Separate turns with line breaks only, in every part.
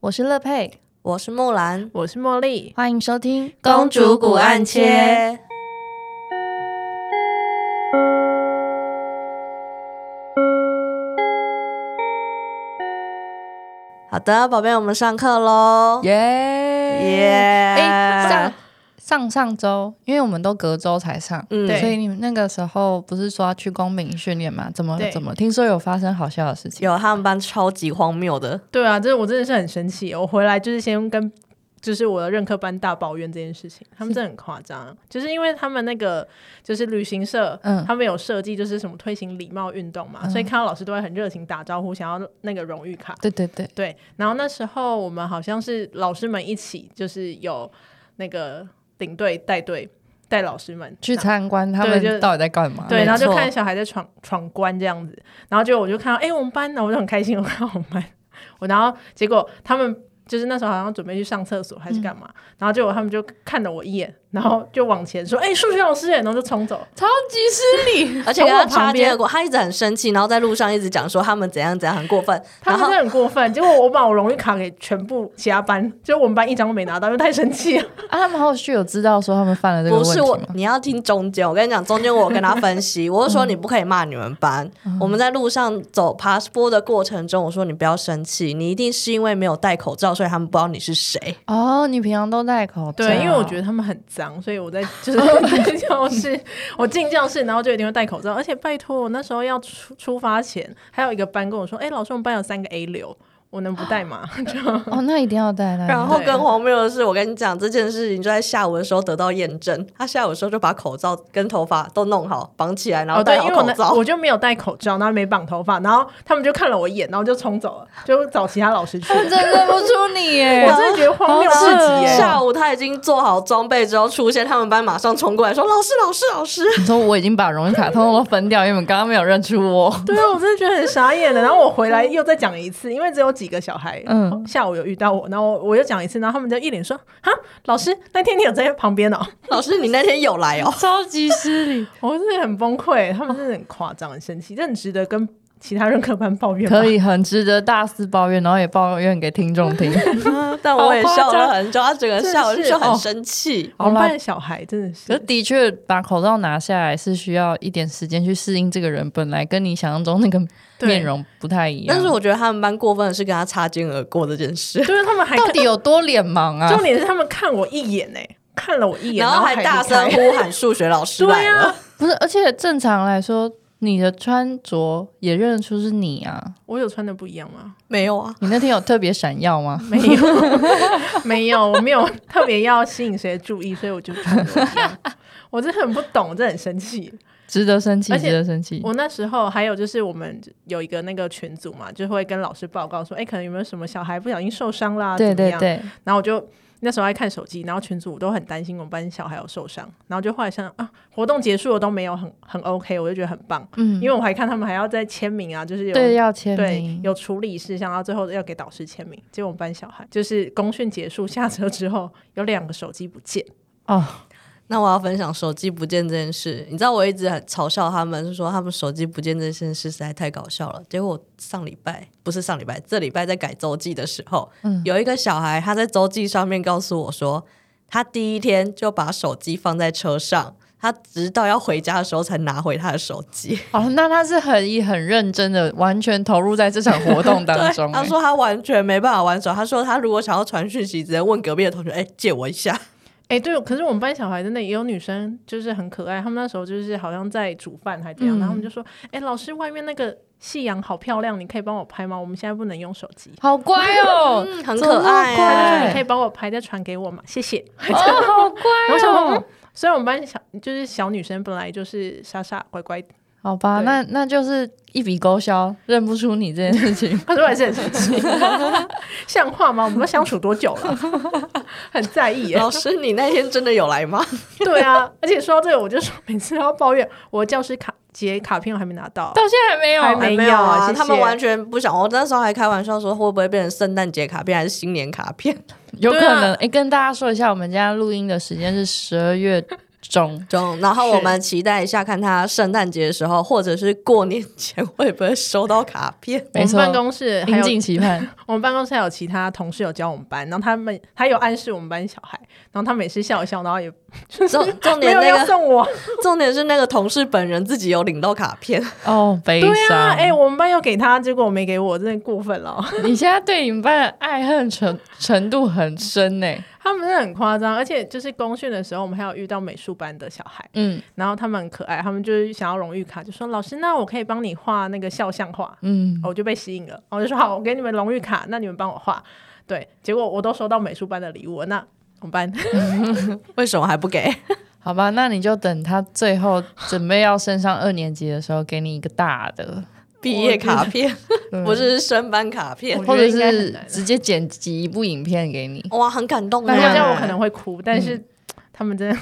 我是乐佩，
我是木兰，
我是茉莉。
欢迎收听《
公主骨暗切》。好的，宝贝，我们上课喽！
耶
耶！
哎，上上上周，因为我们都隔周才上，
嗯
对
所以你们那个时候不是说要去公民训练吗？怎么
对
怎么？听说有发生好笑的事情？
有他们班超级荒谬的，
对啊，这我真的是很生气。我回来就是先跟就是我的任课班大抱怨这件事 情，他们真的很夸张。就是因为他们那个就是旅行社，
嗯
他们有设计就是什么推行礼貌运动嘛，所以看到老师都会很热情打招呼，想要那个荣誉卡。
对对对，
对，然后那时候我们好像是老师们一起，就是有那个领队带队带老师们
去
然后
参观他
对就
们到底在干嘛？
对，
啊没
然后就
错
看小孩在闯闯关这样子，然后就我就看到，哎、我们班呢，我就很开心，我看到我们班，我然后结果他们就是那时候好像准备去上厕所
嗯
还是干嘛，然后结果他们就看了我一眼，然后就往前说，哎、数学老师耶，然后就冲走，
超级失礼。
而且跟
从我
他
旁
擦肩
边
而过，他一直很生气，然后在路上一直讲说他们怎样怎样很过分，
他
然
们
后
真的很过分。结果我把我荣誉卡给全部其他班，就我们班一张都没拿到，因为太生气了。
啊，他们后续有知道说他们犯了这个
不
问
是我
题，吗？
你要听中间。我跟你讲，中间我有跟他分析，我 是说你不可以骂你们班。
嗯
我们在路上走爬坡的过程中，我说你不要生气，你一定是因为没有戴口罩，所以他们不知道你是谁。
嗯
哦，你平常都戴口罩？
对，因为我觉得他们很脏，所以我在 就是在 教室，我进教室，然后就一定会戴口罩。而且拜托，我那时候要出出发前，还有一个班跟我说：“哎、老师，我们班有三个 A 流，我能不戴吗？”
哦，那一定要戴。那一定要戴
然后更荒谬的是，我跟你讲这件事情就在下午的时候得到验证。他下午的时候就把口罩跟头发都弄好，绑起来，然后
哦，对，
戴
因
好
为我
口罩。
那我就没有戴口罩，然后没绑头发，然后他们就看了我一眼，然后就冲走了，就找其他老师 去。
他们真的认不出你耶
啊
我真的觉得荒谬
好
至
扯
极
哦
耶！
下午他已经做好装备之后出现，他们班马上冲过来说：“老师，老师，老 师！”
你说我已经把荣誉卡通通都分掉，因为你们刚刚没有认出 我。
对啊，我真的觉得很傻眼的。然后我回来又再讲一次，因为只有几个小孩，
嗯
嗯，下午有遇到我，然后我我又讲一次，然后他们就一脸说：“哈，老师那天你有在旁边哦。”
老师，你那天有来哦。
超级失礼，
我真的很崩溃，他们真的很夸张，很生气，这很值得跟其他任课班抱怨 吧。
可以很值得大肆抱怨，然后也抱怨给听众 听。
嗯
但我也笑了很久，他整个笑我就
真是哦
很生气。
我们班的小孩真的
可
是，
的确，把口罩拿下来是需要一点时间去适应这个人本来跟你想象中那个
对
面容不太一样。
但是我觉得他们班过分的是跟他擦肩而过这件 事，
对他们还
到
看，
底有多脸盲啊？
重点是他们看我一眼呢、欸看了我一眼，
然
然
后
还
还大
离
声。
开
呼喊数学老 师来
对
了
啊。，
不是，而且正常来说，你的穿着也认得出是你啊。
我有穿的不一 样吗？
没有啊，
你那天有特别闪耀吗？
没有，没有，我没有特别要吸引谁的注意，所以我就穿的不一 样。我真的很不懂，真的很生气。
值得生气，
而且
值得生气。
我那时候还有就是我们有一个那个群组嘛，就会跟老师报告说，哎、可能有没有什么小孩不小心受伤啦，
对
怎么
对
样
对，
然后我就那时候爱看手机，然后群主都很担心我们班小孩有受伤，然后就后来想啊，活动结束了都没有很很 OK，我就觉得很棒，
嗯
因为我还看他们还要再签名啊，就是有
对要签
对
名，
有处理事项，然后最后要给导师签名。结果我们班小孩就是公训结束下车之后，有两个手机不见，
哦，
那我要分享手机不见这件事。你知道我一直很嘲笑他们，是说他们手机不见这件事实在太搞笑了。结果我上礼拜不是上礼拜，这礼拜在改周记的时候，
嗯
有一个小孩他在周记上面告诉我说，他第一天就把手机放在车上，他直到要回家的时候才拿回他的手机。
哦，那他是很以很认真的，完全投入在这场活动 当中、
他
欸
说他完全没办法玩手，他说他如果想要传讯息，直接问隔壁的同学，哎、借我一下。
哎、对，可是我们班小孩真的也有女生，就是很可爱。他们那时候就是好像在煮饭还怎样，然后我们就说：“哎、老师，外面那个夕阳好漂亮，你可以帮我拍吗？我们现在不能用手机。”
好乖哦，
嗯，很
怎么那
可
么
爱、
乖
啊。
他就说：“
对
你可以帮我拍，再传给我吗？谢谢。”
哦，好
然后
乖
想说，
哦
嗯。虽然我们班小就是小女生本来就是傻傻乖乖，
好吧，
对。
那那就是一笔勾销，认不出你这件事情
可是我还是很生气，像话吗？我们都相处多久了？很在意
哦
耶。
老师，你那天真的有来吗？
对啊，而且说到这个，我就说每次都要抱怨，我教师卡截卡片我还没拿 到。
到现在还没有，
还没
有啊
有欸啊谢谢
他们完全不想。我那时候还开玩笑说，会不会变成圣诞节卡片还是新年卡片？
有可
对啊
能。哎、跟大家说一下，我们家录音的时间是十二月中。
中，然后我们期待一下，看他圣诞节的时候，或者是过年前会不会收到卡片。
我
没
们
错
办公室还
临
有
近期 盼，
我们办公室还有其他同事有教我们班，然后他们他有暗示我们班小孩，然后他们也是笑一笑，然后也
重 重
没
点
有要
那个，
送我。
重点是那个同事本人自己有领到卡片，
哦，悲
对
伤。
啊，哎、我们班要给他，结果没给我，真的过分了。
你现在对你们班的爱恨程程度很深呢、
他们真的很夸张，而且就是公训的时候，我们还有遇到美术班的小孩，
嗯
然后他们很可爱，他们就是想要荣誉卡，就说老师，那我可以帮你画那个肖像画，
嗯，
我就被吸引了，我就说好，我给你们荣誉卡，那你们帮我画。对，结果我都收到美术班的礼物，那我们 班
为什么还不给？
好吧，那你就等他最后准备要升上二年级的时候，给你一个大的，
毕业卡片
对
嗯
不是升班卡片
我，觉
或
得
者
应该很
是
啊
难
直接剪辑一部影片给你。
哇，很感动
那嗯
那
这样
这样
啊！
我可能会哭，但是他们真的，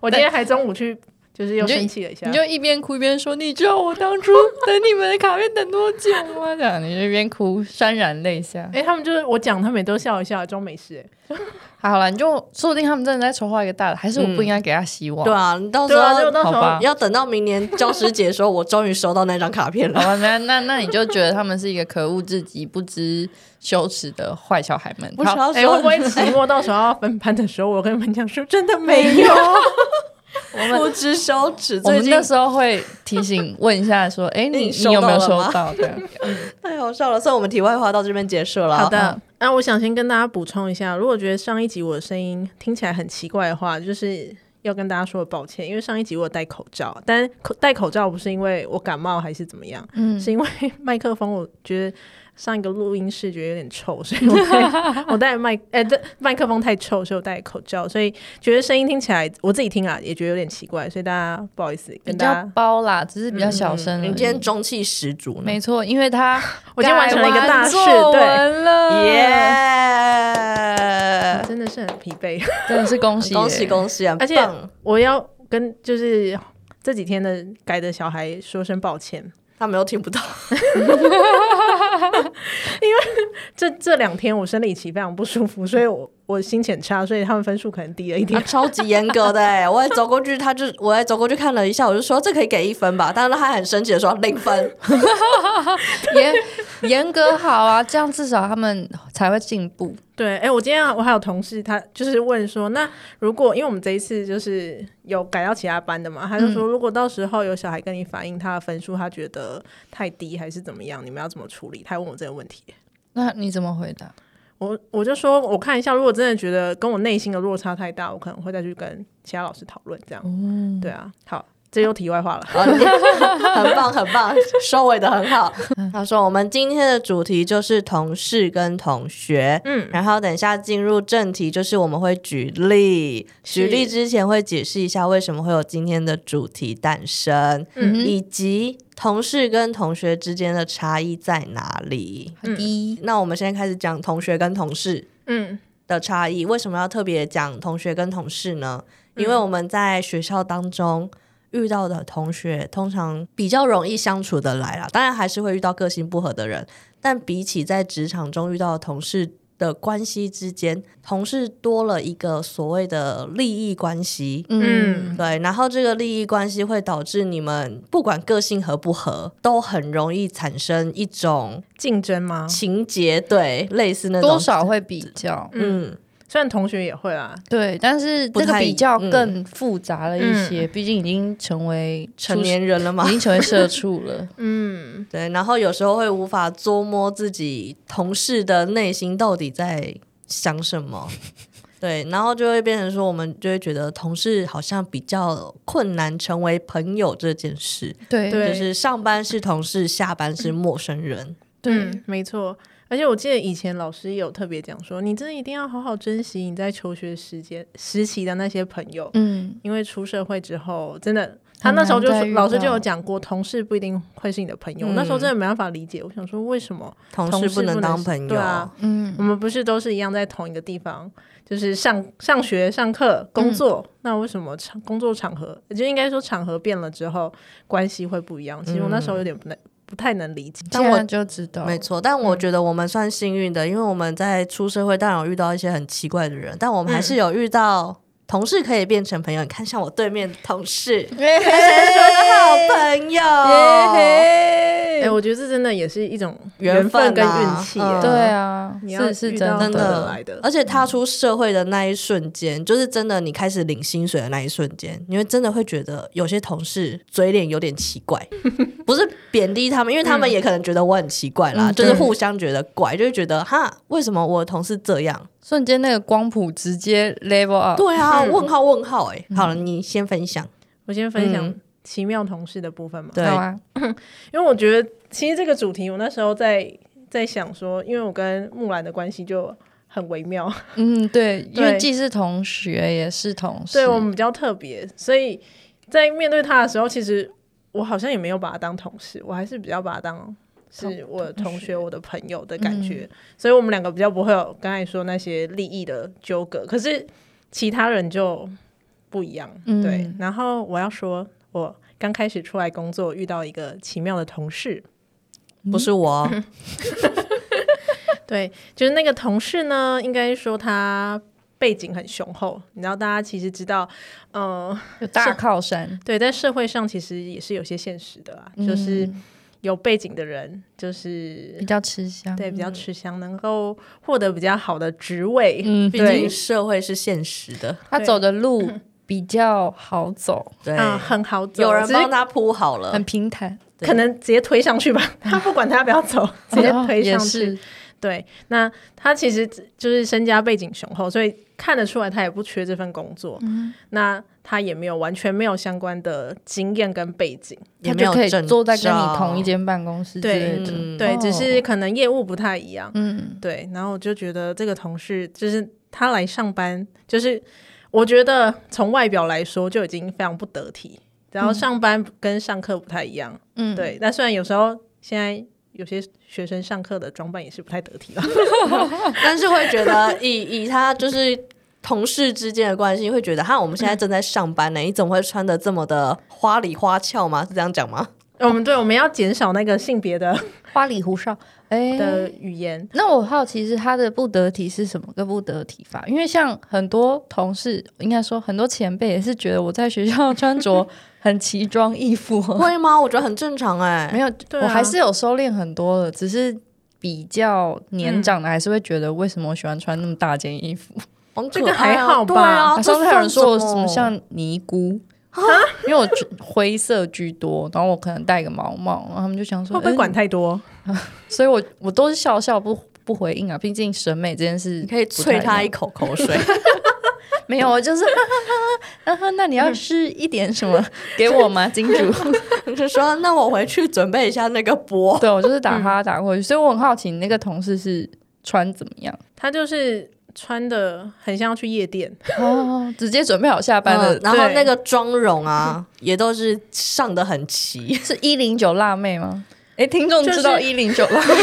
我今天还中午去，就是又
你就
生气了一下
啊
你。就一边哭一边说：“你知道我当 初等你们的卡片等多久吗？”这样你就一边哭，潸然泪下。
哎、他们就是我讲，他们也都笑一笑，装没事、哎
还好啦，你就说不定他们真的在筹划一个大的，还是我不应该给他希望。
嗯对啊，你到时
对啊，就
候
到时
好吧
候
要等到明年教师节的时候，我终于收到那张卡片
好
了。
吧，那那那你就觉得他们是一个可恶至极、不知羞耻的坏小孩们。
不知
好，
道
哎、会
说
不会期末到时候要分班的时候，我跟你们讲说真的 没有？
不知羞耻，
我
最
们
近
那时候会提 醒问一下，说：“哎，你
你
你有没有
收
收
到了吗
到？” 对，
太好笑了，所以我们题外话到这边结束了。啊
好的，那、我想先跟大家补充一下，如果觉得上一集我的声音听起来很奇怪的话，就是要跟大家说抱歉，因为上一集我有戴口罩，但口戴口罩不是因为我感冒还是怎么样，
嗯
是因为 麦克风我觉得上一个录音室觉得有点臭，所以我戴我戴麦哎、对麦克风太臭，所以我戴口罩，所以觉得声音听起来我自己听啊也觉得有点奇怪，所以大家不好意思
比
跟大
较
家，
包啦，只是比较小声而已。
嗯你今天中气十足呢，
没错，因为他
我今天完成了一个大事
改完作
对。
文了，
耶！
真的是很疲惫，
真的是恭喜耶
恭喜恭喜啊！
而且
棒
我要跟就是这几天的改的小孩说声抱歉，
他们又听不到，
啊这这两天我生理期非常不舒服，所以我我心情很差，所以他们分数可能低了一点。
啊 超级严格的哎！我也走过去，他就我也走过去看了一下，我就说这可以给一分吧，但是他很生气的说零分。
严严格好啊，这样至少他们才会进步。
对，哎，我今天我还有同事，他就是问说，那如果因为我们这一次就是有改到其他班的嘛，他就说，如果到时候有小孩跟你反映他的分数，他觉得太低还是怎么样，你们要怎么处理？他还问我这个问题。
那你怎么回答？
嗯
我我就说，我看一下，如果真的觉得跟我内心的落差太大，我可能会再去跟其他老师讨论这样。对啊，好，这又题外话了。
啊你很棒，很棒，收尾的很好。他说我们今天的主题就是同事跟同学，
嗯，
然后等一下进入正题，就是我们会举例。举例之前会解释一下为什么会有今天的主题诞生，
嗯
以及同事跟同学之间的差异在哪里。
好的，
那我们现在开始讲同学跟同事
嗯，
的差异。为什么要特别讲同学跟同事呢？因
嗯
为我们在学校当中。遇到的同学通常比较容易相处得来啦，当然还是会遇到个性不合的人，但比起在职场中遇到的同事的关系之间，同事多了一个所谓的利益关系。
嗯
对，然后这个利益关系会导致你们不管个性合不合，都很容易产生一种
竞争吗？
情节，对，类似那种
多少会比较，
嗯，
虽然同学也会啦，
对，但是
不
这个
太
比较
嗯
更复杂了一些，毕竟已经成为
成
出，
年人了嘛
已，经成为社畜 了。
嗯，
对，然后有时候会无法捉摸自己同事的内心到底在想什么， 对，然后就会变成说，我们就会觉得同事好像比较困难成为朋友这件事，
对
对
就是上班是同事，下班是陌生 人，
嗯，没错。而且我记得以前老师也有特别讲说，你真的一定要好好珍惜你在求学时间时期的那些朋友，
嗯，
因为出社会之后，真的，他那时候就
很难再
说
遇到
老师就有讲过，同事不一定会是你的朋友。
嗯
那时候真的没办法理解，我想说为什么
同
同
事
事
不能当朋友
对，啊，嗯，我们不是都是一样在同一个地方，就是上上学、上课、工
嗯
作，那为什么场工作场合，就应该说场合变了之后，关系会不一样？其实我那时
嗯
候有点不能。不太能理解，
现
但
在
我
就知道，
没错，但我觉得我们算幸运的，因为我们在出社会，当然有遇到一些很奇怪的人，但我们还是有遇到同事可以变成朋友。你看，像我对面同 事，跟谁说的好朋友？
哎、
耶嘿
我觉得这真的也是一种
缘分啊
分跟运气耶、
嗯
对 啊，
你要
是是
遇
真
到
真
合得
的
来的嗯
而且踏出社会的那一瞬间，就是真的你开始领薪水的那一瞬间，你会真的会觉得有些同事嘴脸有点奇 怪，不是贬低他们，因为
嗯
他们也可能觉得我很奇怪啦，
嗯
就是
对
互相觉得怪，就会觉得哈，为什么我的同事这样？
瞬间那个光谱直接 level up。
对啊，
嗯
问号问号、欸，哎、好了，你先分享，
我先分享
嗯
奇妙同事的部分嘛，
对，
好啊，
因为我觉得其实这个主题，我那时候在在想说，因为我跟木兰的关系就很微妙，
嗯，对，因为
对
既是同学也是同事，
对我们比较特别，所以在面对他的时候，其实我好像也没有把他当同事，我还是比较把他当是我同学、嗯我的朋友的感觉，所以我们两个比较不会有刚才说那些利益的纠葛，可是其他人就不一样，
嗯
对。然后我要说，我刚开始出来工作遇到一个奇妙的同事，嗯
不是我 哦，
对，就是那个同事呢，应该说他背景很雄厚，你知道，大家其实知道，嗯、
有大靠山，
对，在社会上其实也是有些现实的啦，
嗯
就是有背景的人，就是
比较吃香。
对比较吃香，能够获得比较好的职位。
嗯，
毕
对
竟社会是现实的，
他走的路
嗯
比较好走，
对，
啊，很好走，
有人
只是
帮他铺好了
很，平坦，
对
可能直接推上去吧。他不管他要不要走，直接
哦
推上
哦也
去。
是
对，那他其实只就是身家背景雄厚，所以看得出来他也不缺这份工作。
嗯
那他也没有完全没有相关的经验跟背景，
他
也没
就
有
可以
证
坐在跟
照
你同一间办公室之类
对
的。
嗯
对，
哦
只是可能业务不太一样。
嗯，
对，然后我就觉得这个同事就是他来上班，就是我觉得从外表来说就已经非常不得体，然后上班跟上课不太一样。
嗯
对，但虽然有时候现在有些学生上课的装扮也是不太得体了。
但是会觉得以以他就是同事之间的关系，会觉得哈，我们现在正在上班呢，你怎么会穿的这么的花里花俏吗？是这样讲吗？
我们对我们要减少那个性别的
花里胡哨。哎，
的语言。
那我好奇是他的不得体是什么个不得体法？因为像很多同事，应该说很多前辈也是觉得我在学校穿着 很奇装异服，
会吗？我觉得很正常哎、
没有，
对啊
我还是有收敛很多的，只是比较年长的还是会觉得为什么我喜欢穿那么大件衣服？
很可爱啊
这个还好吧
对啊，
上次还有人说我
这
什么
算
像尼姑。因为我灰色居多，然后我可能戴个毛帽，然后他们就想说，
哦会不会
嗯
管太多？
所以我我都是笑笑不不回应啊，毕竟审美这件事
你可以啐他一
口，
口口水，
没有，我就是 嗯哼，那你要吃一点什么给我吗，金主？
就说那我回去准备一下那个钵。
对我就是打哈打过去，所以我很好奇你那个同事是穿怎么样？
他就是穿的很像要去 夜店，
哦，直接准备好下班了
嗯，然后
对
那个妆容啊，也都是上的很齐。
是一零九辣妹吗？哎，听众
就是
知道一零九辣妹，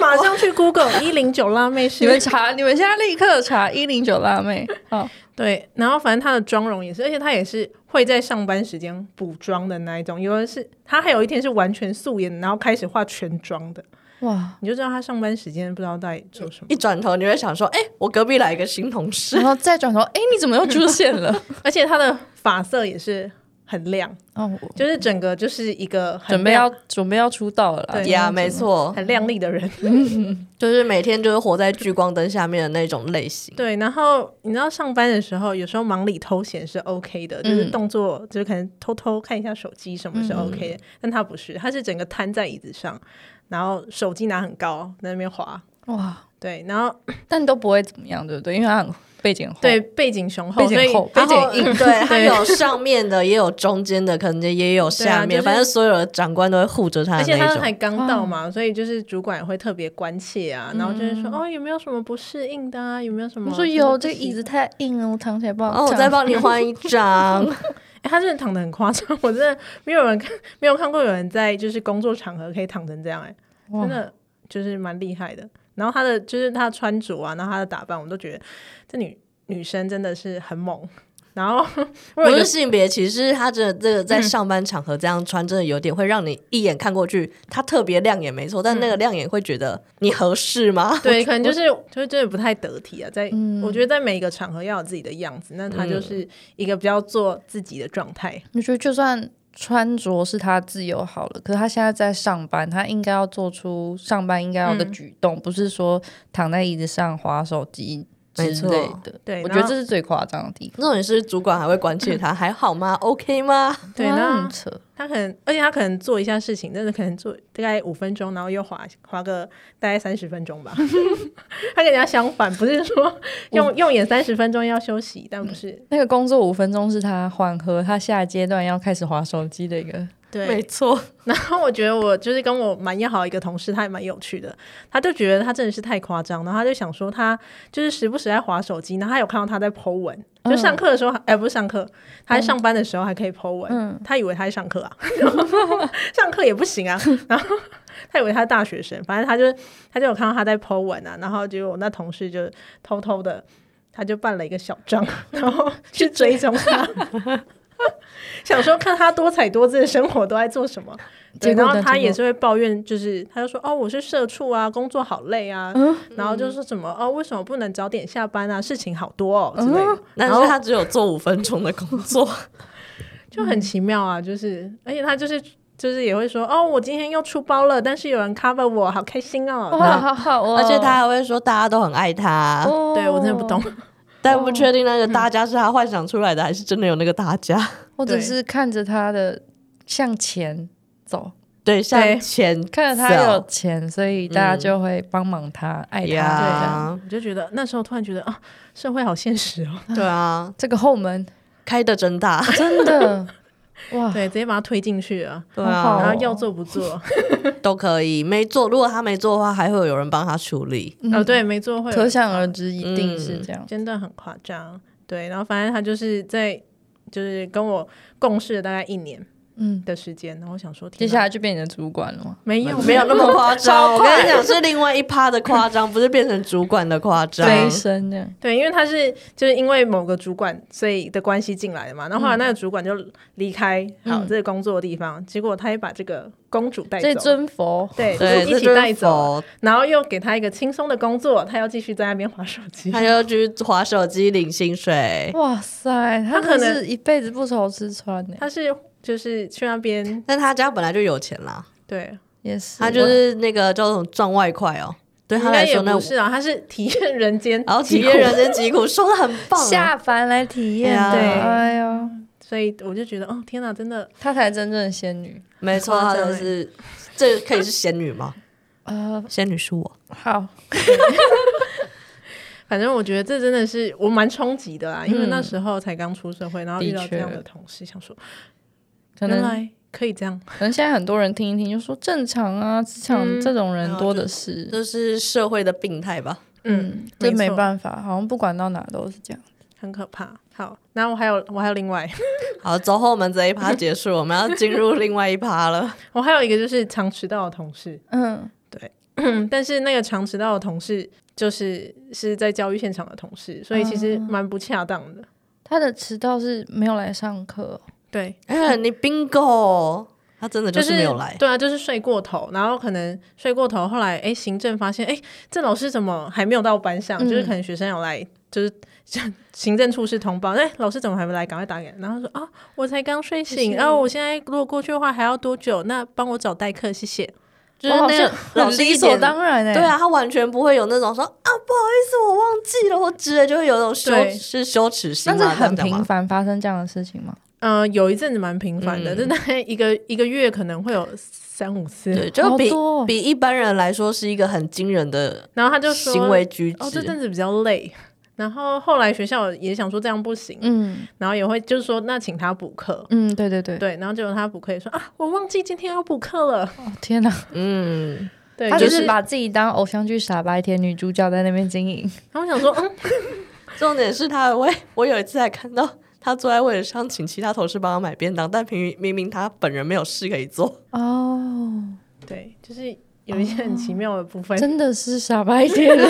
马上去 Google 一零九辣妹是
你们查，你们现在立刻查一零九辣妹。哦，
对，然后反正她的妆容也是，而且她也是会在上班时间补妆的那一种。有的是她还有一天是完全素颜，然后开始化全妆的，
哇，
你就知道她上班时间不知道在做什么。
一转头你会想说，哎、我隔壁来一个新同事
然，后再转头，哎，你怎么又出现了？
而且她的发色也是很亮，
哦， 我
就是整个就是一个很
准备
亮
要哦准备要出道了啦
对。
呀、没错，
很靓丽的人。
就是每天就是活在聚光灯下面的那种类型。
对，然后你知道上班的时候，有时候忙里偷闲是 OK 的，就是
嗯
动作、就是可能偷偷看一下手机什么是 OK 的，但她不是，她是整个瘫在椅子上，然后手机拿很高在那边滑。
哇，
对，然后
但都不会怎么样，对不对？因为他很背景厚。
对，背景雄厚，
背景
所以
厚
背
然
景
后
硬，
对，它有上面的，也有中间的，可能也有下
对啊就
面，
是
反正所有的长官都会护着他
而
的
且
那
他
一
还
种。
刚到嘛，所以就是主管也会特别关切啊，然后就是说哦，有没有什么不适应的啊？有没有什么？
我说有这个椅子，太硬了，我躺起来不好
哦， 我
躺
再帮你换一张，
哎，他真的躺得很夸张，我真的没有人看，没有看过有人在就是工作场合可以躺成这样，哎，
哇
真的就是蛮厉害的。然后他的就是他的穿着啊，然后他的打扮，我都觉得这女女生真的是很猛，然后 我
不
有一
是
个
性别歧视，他真的这个在上班场合这样穿，真的有点会让你一眼看过去，他特别亮眼没错，
嗯
但那个亮眼会觉得你合适 吗？
对，可能就是就是真的不太得体啊。在、我觉得在每一个场合要有自己的样子，那他就是一个比较做自己的状态。
我觉得就算穿着是他自由好了，可是他现在在上班，他应该要做出上班应该要的
嗯
举动，不是说躺在椅子上划手机之
没错
类的。
对
我觉
然
得
后
这是最夸张的地方。
那种是主管还会关切 他，还好吗？OK 吗？
对，
哇
那
很扯。
他可能，而且他可能做一下事情，真的可能做大概五分钟，然后又划划个大概三十分钟吧。他跟人家相反，不是说用用眼三十分钟要休息，但不是
那个工作五分钟是他缓和他下阶段要开始划手机的一个，
没
对。
错，
然后我觉得我就是跟我蛮要好一个同事，他也蛮有趣的，他就觉得他真的是太夸张，然后他就想说他就是时不时在划手机，然后他有看到他在 Po 文，就上课的时候，哎、不是上课，他在上班的时候还可以 Po 文，
嗯
他以为他在上课啊， 上课也不行啊，然后他以为他是大学生，反正他就他就有看到他在 Po 文啊，然后结果我那同事就偷偷的，他就办了一个小账，然后去追踪他， 想说看他多彩多姿的生活都在做什么，对，
结果
然后
呢
他
结果
也是会抱怨，就是他就说哦，我是社畜啊，工作好累啊，
嗯
然后就说什么哦，为什么不能早点下班啊，事情好多哦之类
嗯
的。
但是他只有做五分钟的工 作，
哦就很奇妙啊，就是而且他就是就是也会说哦，我今天又出包了，但是有人 cover 我，好开心哦。
哇，好好哦！
而且他还会说大家都很爱他，
哦，
对我真的不懂，
但
哦
不确定那个大家是他幻想出来的，还是真的有那个大家。
或者
对
是看着他的向前走，
对，
对
向前
看着他有
走
钱，所以大
嗯
家就会帮忙他、爱他。
对
呀
啊，我就觉得那时候突然觉得啊，社会好现实哦，
对啊，
这个后门哦
开的真大，
真 的哇，
对，直接把他推进去了，
对
好
啊
好
然，后要做不做，
都可以。没做，如果他没做的话，还会有人帮他处 理。
嗯
哦，对，没做会有
可想而知，一定是这样。
真的很夸张，对，然后反正他就是在就是跟我共事了大概一年
嗯，
的时间，然后我想说，
接下
来
来就变你的主管了吗？
没有
没有那么夸张，
超
我
快
跟你讲是另外一趴的夸张，不是变成主管的夸张。
飞升这样，
对，因为他是就是因为某个主管所以的关系进来的嘛，然后后
嗯
来那个主管就离开好、
嗯
这个工作的地方，结果他也把这个公主带
这
走，
尊佛
对，
对，
就是一
这
起
就是
带走，
佛，
然后又给他一个轻松的工作，他要继续在那边划手机
他。就去划手机领薪水，
哇塞，他
可
可
能
是一辈子不愁吃穿呢、
他是就是去那边，
但他家本来就有钱啦，
对，
也是，
他就是那个叫什么赚外快哦，对他
应
来
该也
说那
不是啊，他是体验人间疾苦，
然后体验人间疾苦，说的很棒啊，
下凡来体验的。
对
啊
哎呀，
所以我就觉得，哦，天哪，真的，
她才真正的仙女。
没错，
夸
她
张
真的
欸
是这可以是仙女吗？
呃，
仙女是我，
好，
反正我觉得这真的是我蛮冲击的啦，啊因为
嗯
那时候才刚出社会，然后遇
的
到这样
确
的同事，想说
可
原
能
来可以这样，
可能现在很多人听一听就说正常啊，职场
嗯
这种人多的是，
这是社会的病态吧？
嗯，
这没
错
办法，好像不管到哪都是这样。
很可怕。好，那我还有我还有另外，
好，走后门这一趴结束，我们要进入另外一趴 了。
我还有一个就是常迟到的同事，
嗯，
嗯，但是那个常迟到的同事就是是在教育现场的同事，所以其实蛮不恰当的。
他的迟到是没有来上课，
对，
哎，你 bingo，他真的
就
就是是没有来，
对啊，就是睡过头，然后可能睡过头，后来哎，行政发现哎，这老师怎么还没有到班上？
嗯
就是可能学生有来，就是 行政处室通报，哎，老师怎么还没来？赶快打给他，然后他说啊，我才刚睡醒，然后我现在如果过去的话还要多久？那帮我找代课，谢谢。
就是
哇好
那
像
个老
很
师
理
一
所
点。
当然哎、
对啊，他完全不会有那种说啊，不好意思，我忘记了，或之类，就会有那种羞
对
是羞耻心
但
嘛，
是
这样
很
讲吗
频繁发生这样的事情吗？
嗯、有一阵子蛮频繁的，
嗯
就大概一个一个月可能会有三五次。
对，就比
好多哦
比一般人来说是一个很惊人的
然后他就说，
行为举
哦，这阵
止。
子比较累。然后后来学校也想说这样不行，
嗯
然后也会就是说那请他补课。
嗯，对对对，
对，然后结果他补课也说啊，我忘记今天要补课了。
哦天哪，
嗯，
对，
他
就
只
是
是，把自己当偶像剧傻白甜女主角在那边经营，
然后我想说，嗯，
重点是他还会，我有一次还看到他坐在位置上，请其他同事帮他买便当，但明明明他本人没有事可以做。
哦，
对，就是有一些很奇妙的部分。
嗯
真的是傻白甜的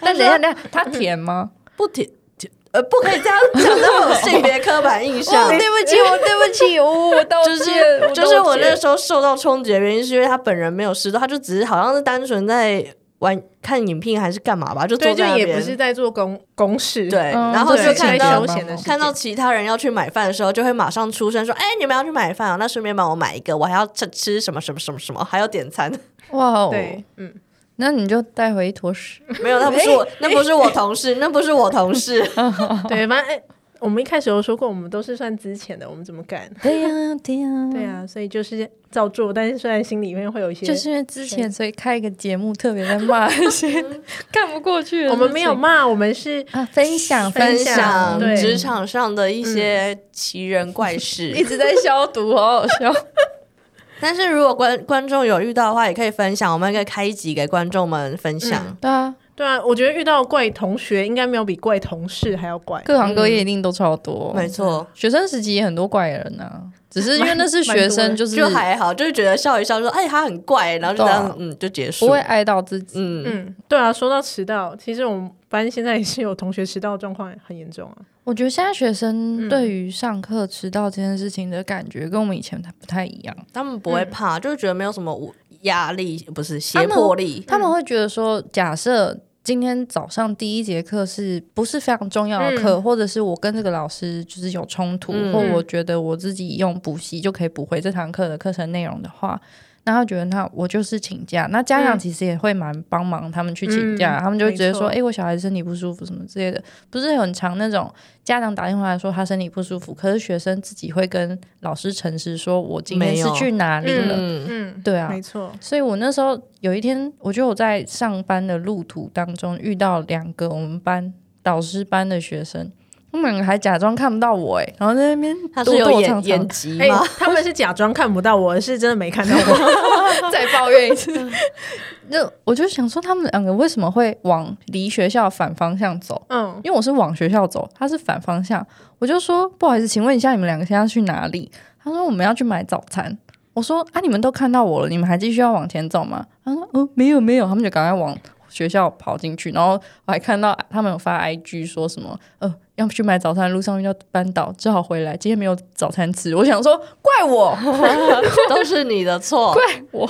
但等一下，等一下，他甜吗？
不甜，甜呃，不可以这样讲到有性别刻板印象
哦，。对不起，我对不起，哦，我道
就
歉，
是就是
道
我那
歉
时候受到冲击的原因，是因为他本人没有湿度，他就只是好像是单纯在玩看影片还是干嘛吧，就坐
对，就
哦在那
也
边。
不是在做公公事，
对，
嗯
然后
对
就
其
看
实
到
休
闲的事情
看到其他人要去买饭的时候，就会马上出声说：“哎、你们要去买饭啊？那顺便帮我买一个，我还要吃吃什么什么什么什么，还要点餐。
哇哦，
对，嗯，
那你就带回一坨屎，
没有，那不是我，
哎
那不是我同事，那不是我同事。
对，反正哎我们一开始有说过，我们都是算之前的，我们怎么敢？
对呀、对呀、
对啊，所以就是照做，但是虽然心里面会有一些，
就是因为之前，所以开一个节目特别在骂一 些看不过去的事情。
我们没有骂，我们是
啊， 分享嗯
分享
享，
对
职场上的一些奇人 怪事，
一直在消毒，好好笑。
但是如果观观众有遇到的话，也可以分享，我们可以开一集给观众们分享。
对啊，
对啊，我觉得遇到怪同学应该没有比怪同事还要怪。
各行各业一定都超多。
没错，
学生时期也很多怪人啊，只是因为那是学生，就是
就还好，就是觉得笑一笑说：“哎，他很怪。”然后就这
嗯
样，
对啊
嗯，就结束。
不会爱到自己。
嗯，
嗯，对啊，说到迟到，其实我们班现在也是有同学迟到的状况很严重啊。
我觉得现在学生对于上课迟到这件事情的感觉，跟我们以前不太一样。
他们不会怕，就是觉得没有什么无压力，不是
嗯他
胁
们
迫力。
他们会觉得说，假设今天早上第一节课是不是非常重要的课，或者是我跟这个老师就是有冲突，
嗯
或我觉得我自己用补习就可以补回这堂课的课程内容的话。那他觉得，那我就是请假。那家长
嗯
其实也会蛮帮忙他们去请假，
嗯
他们就会直接说：“
没
诶，
错
我小孩身体不舒服什么之类的。”不是很常那种家长打电话来说他身体不舒服，可是学生自己会跟老师诚实说：“我今天
没
是
有
去哪里了。
嗯，
嗯，
对啊
没错，
所以我那时候有一天，我觉得我在上班的路途当中遇到两个我们班导师班的学生，他们两个还假装看不到我哎、然后在那边
他
躲
是有
躲
演
藏藏
演，技
哎、
吗？
他们是假装看不到我，是真的没 看到我。
再抱怨一次。嗯那我就想说，他们两个为什么会往离学校反方向走？
嗯，
因为我是往学校走，他是反方向。我就说不好意思，请问一下，你们两个现在要去哪里？他说我们要去买早餐。我说啊，你们都看到我了，你们还继续要往前走吗？他说嗯，没有没有，他们就赶快往学校跑进去。然后我还看到他们有发 IG 说什么，呃，要去买早餐，路上遇到班导，只好回来，今天没有早餐吃。我想说，怪我，
都是你的错。
怪我，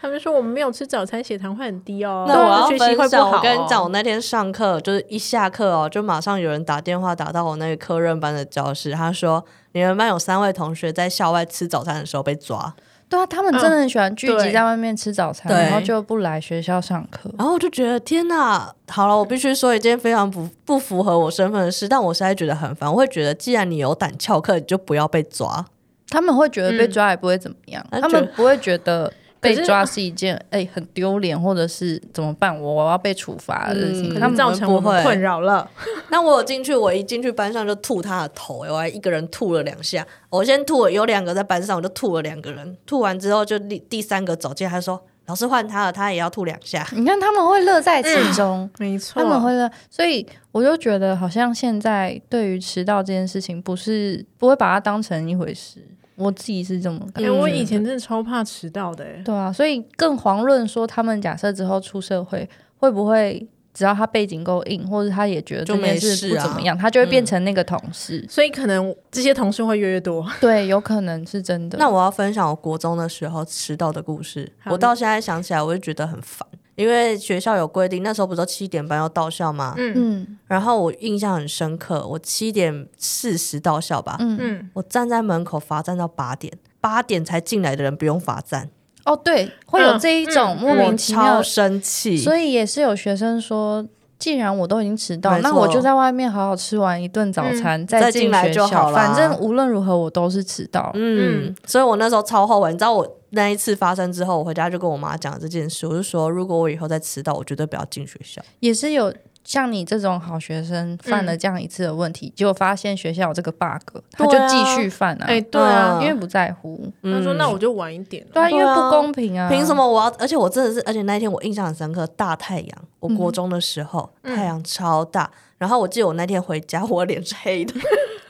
他们说我们没有吃早餐，血糖会很低哦，
那我要
学习会
分
不
享，
好、哦。
我跟你讲，我那天上课就是一下课哦，就马上有人打电话打到我那个科任班的教室，他说你们班有三位同学在校外吃早餐的时候被抓，
对啊，他们真的很喜欢聚集
嗯对
在外面吃早餐，
对
然后就不来学校上课。
然后我就觉得天呐，好了，我必须说一件非常不不符合我身份的事，但我实在觉得很烦，我会觉得既然你有胆翘课，你就不要被抓，
他们会觉得被抓也不会怎么样，
嗯
他
觉
们
得
不会觉得被
可是
抓是一件哎、很丢脸，或者是怎么办，我我要被处罚的事情。
嗯
他
他
们
们造成我
不会
们困扰了。
那我有进去，我一进去班上就吐他的头、欸，我还一个人吐了两下。我先吐了有两个在班上，我就吐了两个人。吐完之后就第第三个走进来，他说老师换他了，他也要吐两下。
你看他们会乐在其中，
嗯没
他们
错，
会乐，所以我就觉得好像现在对于迟到这件事情，不是不会把它当成一回事。我自己是这么感
哎、
觉。
我以前真的超怕迟到的、哎
对啊，所以更遑论说他们假设之后出社会会不会。只要他背景够硬，或者他也觉得这
就没
件事
事
不
啊
怎么样，他就会变
嗯
成那个同 事。
所以可能这些同事会越来越多。
对，有可能是真的。
那我要分享我国中的时候迟到的故事。
好
我到现在想起来，我就觉得很烦，因为学校有规定，那时候不是都七点半要到校吗？
嗯
嗯
然后我印象很深刻，我七点四十到校吧，
嗯
嗯，
我站在门口罚站到八点，八点才进来的人不用罚站，
哦，对，会有这一种
嗯
莫名其妙
超，生气。
所以也是有学生说，既然我都已经迟到，
没
那
错嗯
我就在外面好好吃完一顿早餐，再
再
进
进来
学
就
校
好啦
反正无论如何我都是迟到。
嗯，所以我那时候超后悔，你知道我那一次发生之后，我回家就跟我妈讲这件事，我就说如果我以后再迟到，我绝对不要进学校。
也是有像你这种好学生犯了这样一次的问题，结果发现学校有这个 bug，他
对
就
啊
继续犯啊，
哎、对啊，
因为不在乎。
嗯他说那我就晚一点哦了。
对啊，因为
对啊
不公平啊，
凭什？么我要？而且我真的是，而且那一天我印象很深刻，大太阳，我国中的时候、
嗯
嗯
太阳超大，然后我记得我那天回家，我脸是黑的，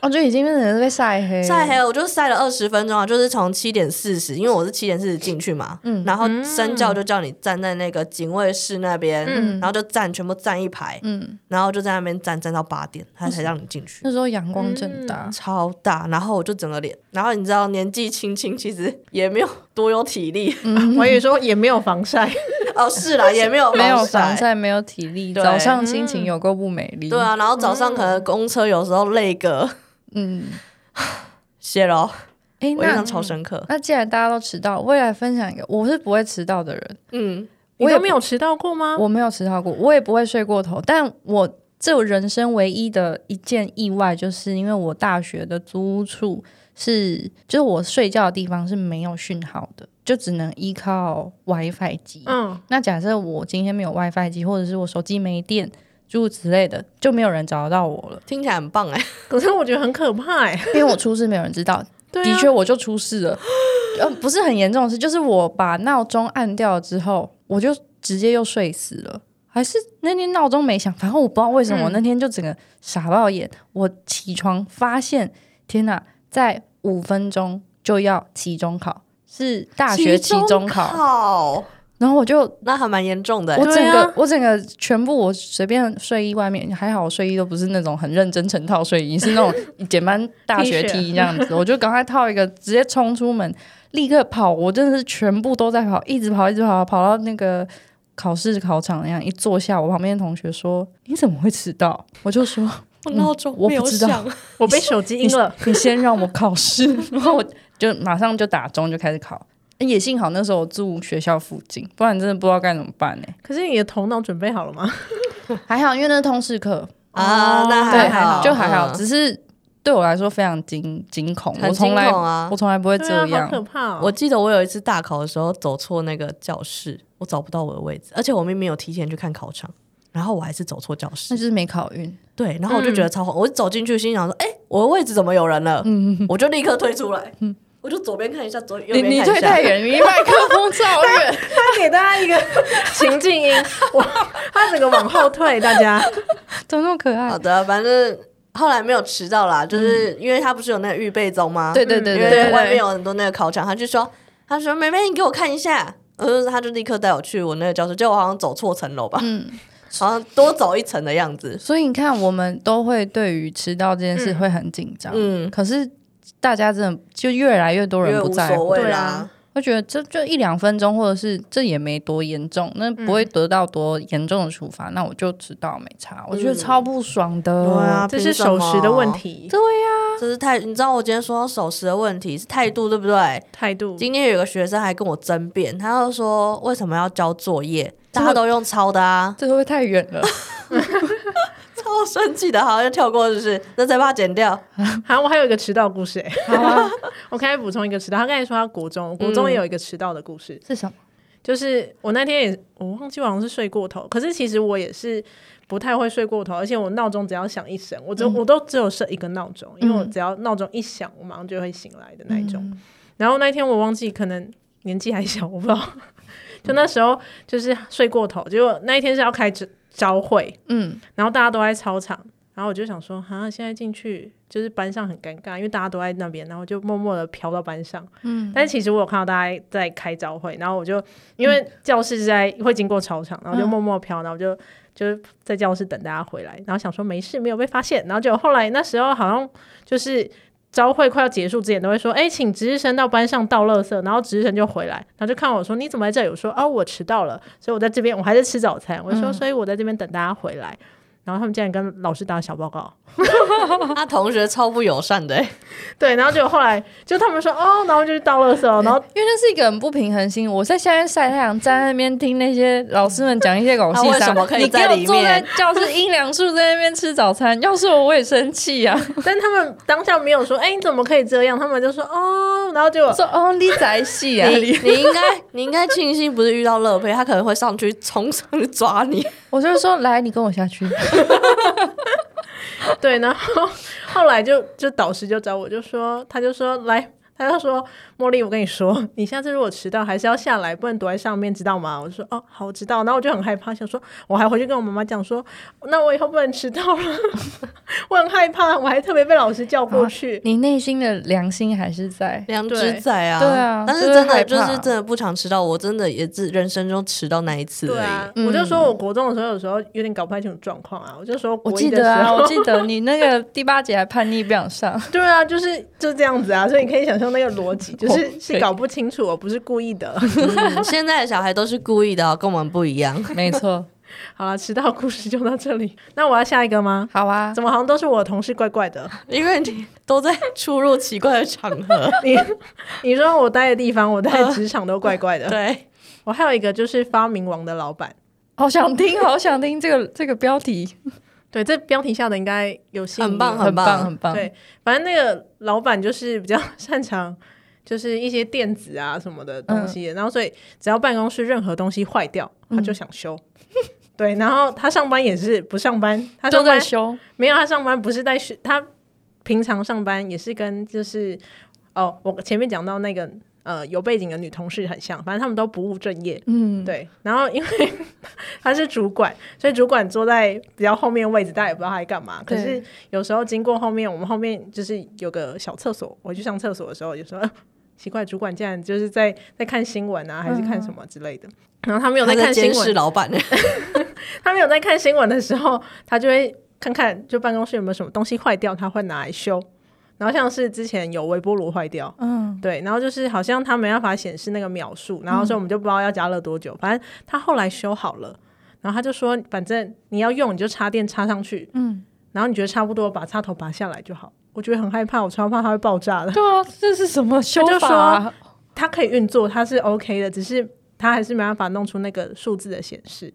我就已经变成被晒黑，
晒黑了，我就晒了二十分钟啊，就是从七点四十，因为我是七点四十进去嘛，
嗯
然后身教就叫你站在那个警卫室那边，
嗯
然后就站全部站一排，
嗯，
然后就在那边站站到八点，他才让你进去，
那时候阳光正大，
超大，然后我就整个脸，然后你知道年纪轻轻其实也没有多有体力，
啊我也说也没有防晒，
哦是 啦，也没有
没有
防
防。晒，没有体力，
对
早上心
嗯
情有够不美丽。
对，啊，然后早上可能公车有时候累个，
嗯，
谢喽，
哎，
我印象
那
超深刻。
那既然大家都迟到，我也来分享一个，我是不会迟到的人，
嗯，
你
我也
都没有迟到过吗？
我没有迟到过，我也不会睡过头，但我这我人生唯一的一件意外，就是因为我大学的租屋处是，就是我睡觉的地方是没有讯号的，就只能依靠 WiFi 机。
嗯，
那假设我今天没有 WiFi 机，或者是我手机没电，诸如此类的，就没有人找得到我了，
听起来很棒哎、
可是我觉得很可怕哎、
因为我出事没有人知道。
对、啊，
的确，我就出事了，呃，不是很严重的事，就是我把闹钟按掉之后，我就直接又睡死了。还是那天闹钟没响，反正我不知道为什么，
嗯
我那天就整个傻爆眼。我起床发现，天哪，在五分钟就要期中考，是大学期中考，
考
然后我就
那还蛮严重的、
我整
欸。
对
个、
啊
我整个全部我随便睡衣外面还好，我睡衣都不是那种很认真成套睡衣，是 那种简单大学
T 恤
T 这样子，我就赶快套一个，直接冲出门，立刻跑，我真的是全部都在跑，一直跑，一直跑，跑到那个。考试考场那样一坐下，我旁边的同学说：“你怎么会迟到？”我就 说
我闹钟
嗯我
没有
不知道
响，
我被手机阴了。：“
你先让我考试。” 然后我就马上就打钟就开始考。也幸好那时候我住学校附近，不然真的不知道该怎么办呢、欸
可是你的头脑准备好了吗？哦
还好，因为那是通识课，
啊，那
对，
还好，
就还好，
嗯
只是对我来说非常惊惊恐，我
很
从
惊
来
恐啊
我！从来不会
对
这
啊，
样
好可，怕、哦！
我记得我有一次大考的时候走错那个教室，我找不到我的位置，而且我明明有提前去看考场，然后我还是走错教
那
室。
就是没考运。
对，然后我就
嗯
觉得超慌，我一走进去心想说：“哎、我的位置怎么有人了？”
嗯
我就立刻退出来，我就左边看一下，左右
你
边看一
你
下。
退太远，你麦克风照 远，
他给大家 一个情境音，我他整个往后退，大家
怎么那么可
好
爱？
的，反正后来没有迟到啦，就是因为他不是有那个预备钟吗？
嗯对对对
因
对
为
对，
外面有很多那个考场，他就说，他说妹妹，你给我看一下，我就他就立刻带我去我那个教室，结果我好像走错层楼吧，
嗯
好像多走一层的样子。
所以你看，我们都会对于迟到这件事
嗯
会很紧张，
嗯，
可是大家真的就越来越啊多
因
人
为
不
无
在
所
乎，
谓
对
啦
啊。
会觉得这就一两分钟，或者是这也没多严重，那
嗯
不会得到多严重的处罚，那我就迟到没差，我觉得
嗯
超不爽的。啊
对啊
这是守时的问题，
这是态，你知道我今天说到守时的问题是态度，对不对？
态度。
今天有个学生还跟我争辩，他就说为什么要交作业？大家都用抄的啊，
这会不会太远 了？
超生气的，好像跳过是不是？那再把它剪掉。
好，我还有一个迟到故事、 欸，
好啊，
我刚才补充一个迟到。他刚才说他国中，国中也有一个迟到的故事，
是什么？
就是我那天也我忘记我好像是睡过头，可是其实我也是不太会睡过头，而且我闹钟只要响一声，我只、我都只有设一个闹钟，因为我只要闹钟一响，我马上就会醒来的那一种。然后那一天我忘记，可能年纪还小，我不知道。就那时候就是睡过头，结果那一天是要开招招会，
嗯，
然后大家都在操场，然后我就想说，哈，现在进去就是班上很尴尬，因为大家都在那边，然后就默默的飘到班上。嗯，但是其实我有看到大家在开招会，然后我就因为教室是在会经过操场，然后就默默飘，然后就就是在教室等大家回来，然后想说没事，没有被发现，然后就后来那时候好像就是。招会快要结束之前都会说：“哎、请值日生到班上倒垃圾。”然后值日生就回来，然后就看我说：“你怎么在这里？”我说：“哦，我迟到了，所以我在这边，我还在吃早餐。”我就说：“所以我在这边等大家回来。然后他们竟然跟老师打小报告，
他同学超不友善的、 欸，
对，然后就后来就他们说哦，然后就去倒垃圾哦，然后
因为那是一个很不平衡心。我在下面晒太阳，站在那边听那些老师们讲一些狗
那
屁
为
啥
什么可，以
你给
在
我
里
坐在
面
教室阴凉处在那边吃早餐，要是我我也生气啊！
但他们当下没有说哎你怎么可以这样，他们就说哦，然后就
我说哦，你宅系啊！
你你应该你应该庆幸不是遇到乐佩，他可能会上去冲上去抓你。
我就说来，你跟我下去。
对，然后后来就就导师就找我就说他就说来。他就说：“茉莉，我跟你说，你下次如果迟到，还是要下来，不能躲在上面，知道吗？”我就说：“哦，好，我知道。”然后我就很害怕，想说我还回去跟我妈妈讲说：“那我以后不能迟到了。” 我很害怕，我还特别被老师叫过去。
你内心的良心还是在。
良
对
知在啊，
对啊
但是
就是
真的
害
就
怕
是真的不常迟到，我真的也是人生中迟到那一次
对
而
啊
已。，
嗯
我就说我国中的时候有时候有点搞不太清楚状况啊，我就说
我
国一
记
的时
得啊，
候，
我记得你那个第八节还叛逆不想上，
对啊，就是就是这样子啊，所以你可以想象那个逻辑， 就
我
是是搞不清楚，我不是故意的。
嗯 现在的小孩都是故意的哦，跟我们不一样。
没错。
好了，迟到的故事就到这里， 那我要下一个吗？
好 啊，
怎么好像都是我的同事怪怪的？
因为你都在出入奇怪的场合。
你你说我待的地方，我待的职场都怪 怪的。
对，
我还有一个就是发明王的老板，
好想听，好想听这个这个标题，
对，这标题下的应该有吸引
很棒
力
很
棒
很棒。
对，反正那个老板就是比较擅长，就是一些电子啊什么的东西，然后所以只要办公室任何东西坏掉，他就想修。 对，然后他上班也是不上班，他
都
上
在
班
修，
没有，他上班不是在学，他平常上班也是跟就是哦，我前面讲到那个呃有背景的女同事很像，反正他们都不务正业。
嗯，
对，然后因为 他是主管，所以主管坐在比较后面位置，大家也不知道他在干嘛。可
对
是有时候经过后面，我们后面就是有个小厕所，我去上厕所的时候，有时候 呃奇怪，主管竟然就是在在看新闻啊，还是看什么之类的。然后他没有
他
在
在
看新
监
闻
视，老板，
他没有在看新闻的时候，他就会看看就办公室有没有什么东西坏掉，他会拿来修。然后像是之前有微波炉坏掉，
嗯，
对，然后就是好像他没办法显示那个秒数，然后所以我们就不知道要加热
嗯
多久。反正他后来修好了，然后他就说，反正你要用你就插电插上去，
嗯，
然后你觉得差不多把插头拔下来就好。我觉得很害怕，我超怕它会爆炸的。
对啊，这是什么修
他就
法
说
啊？
它可以运作，它是 OK 的，只是它还是没办法弄出那个数字的显示。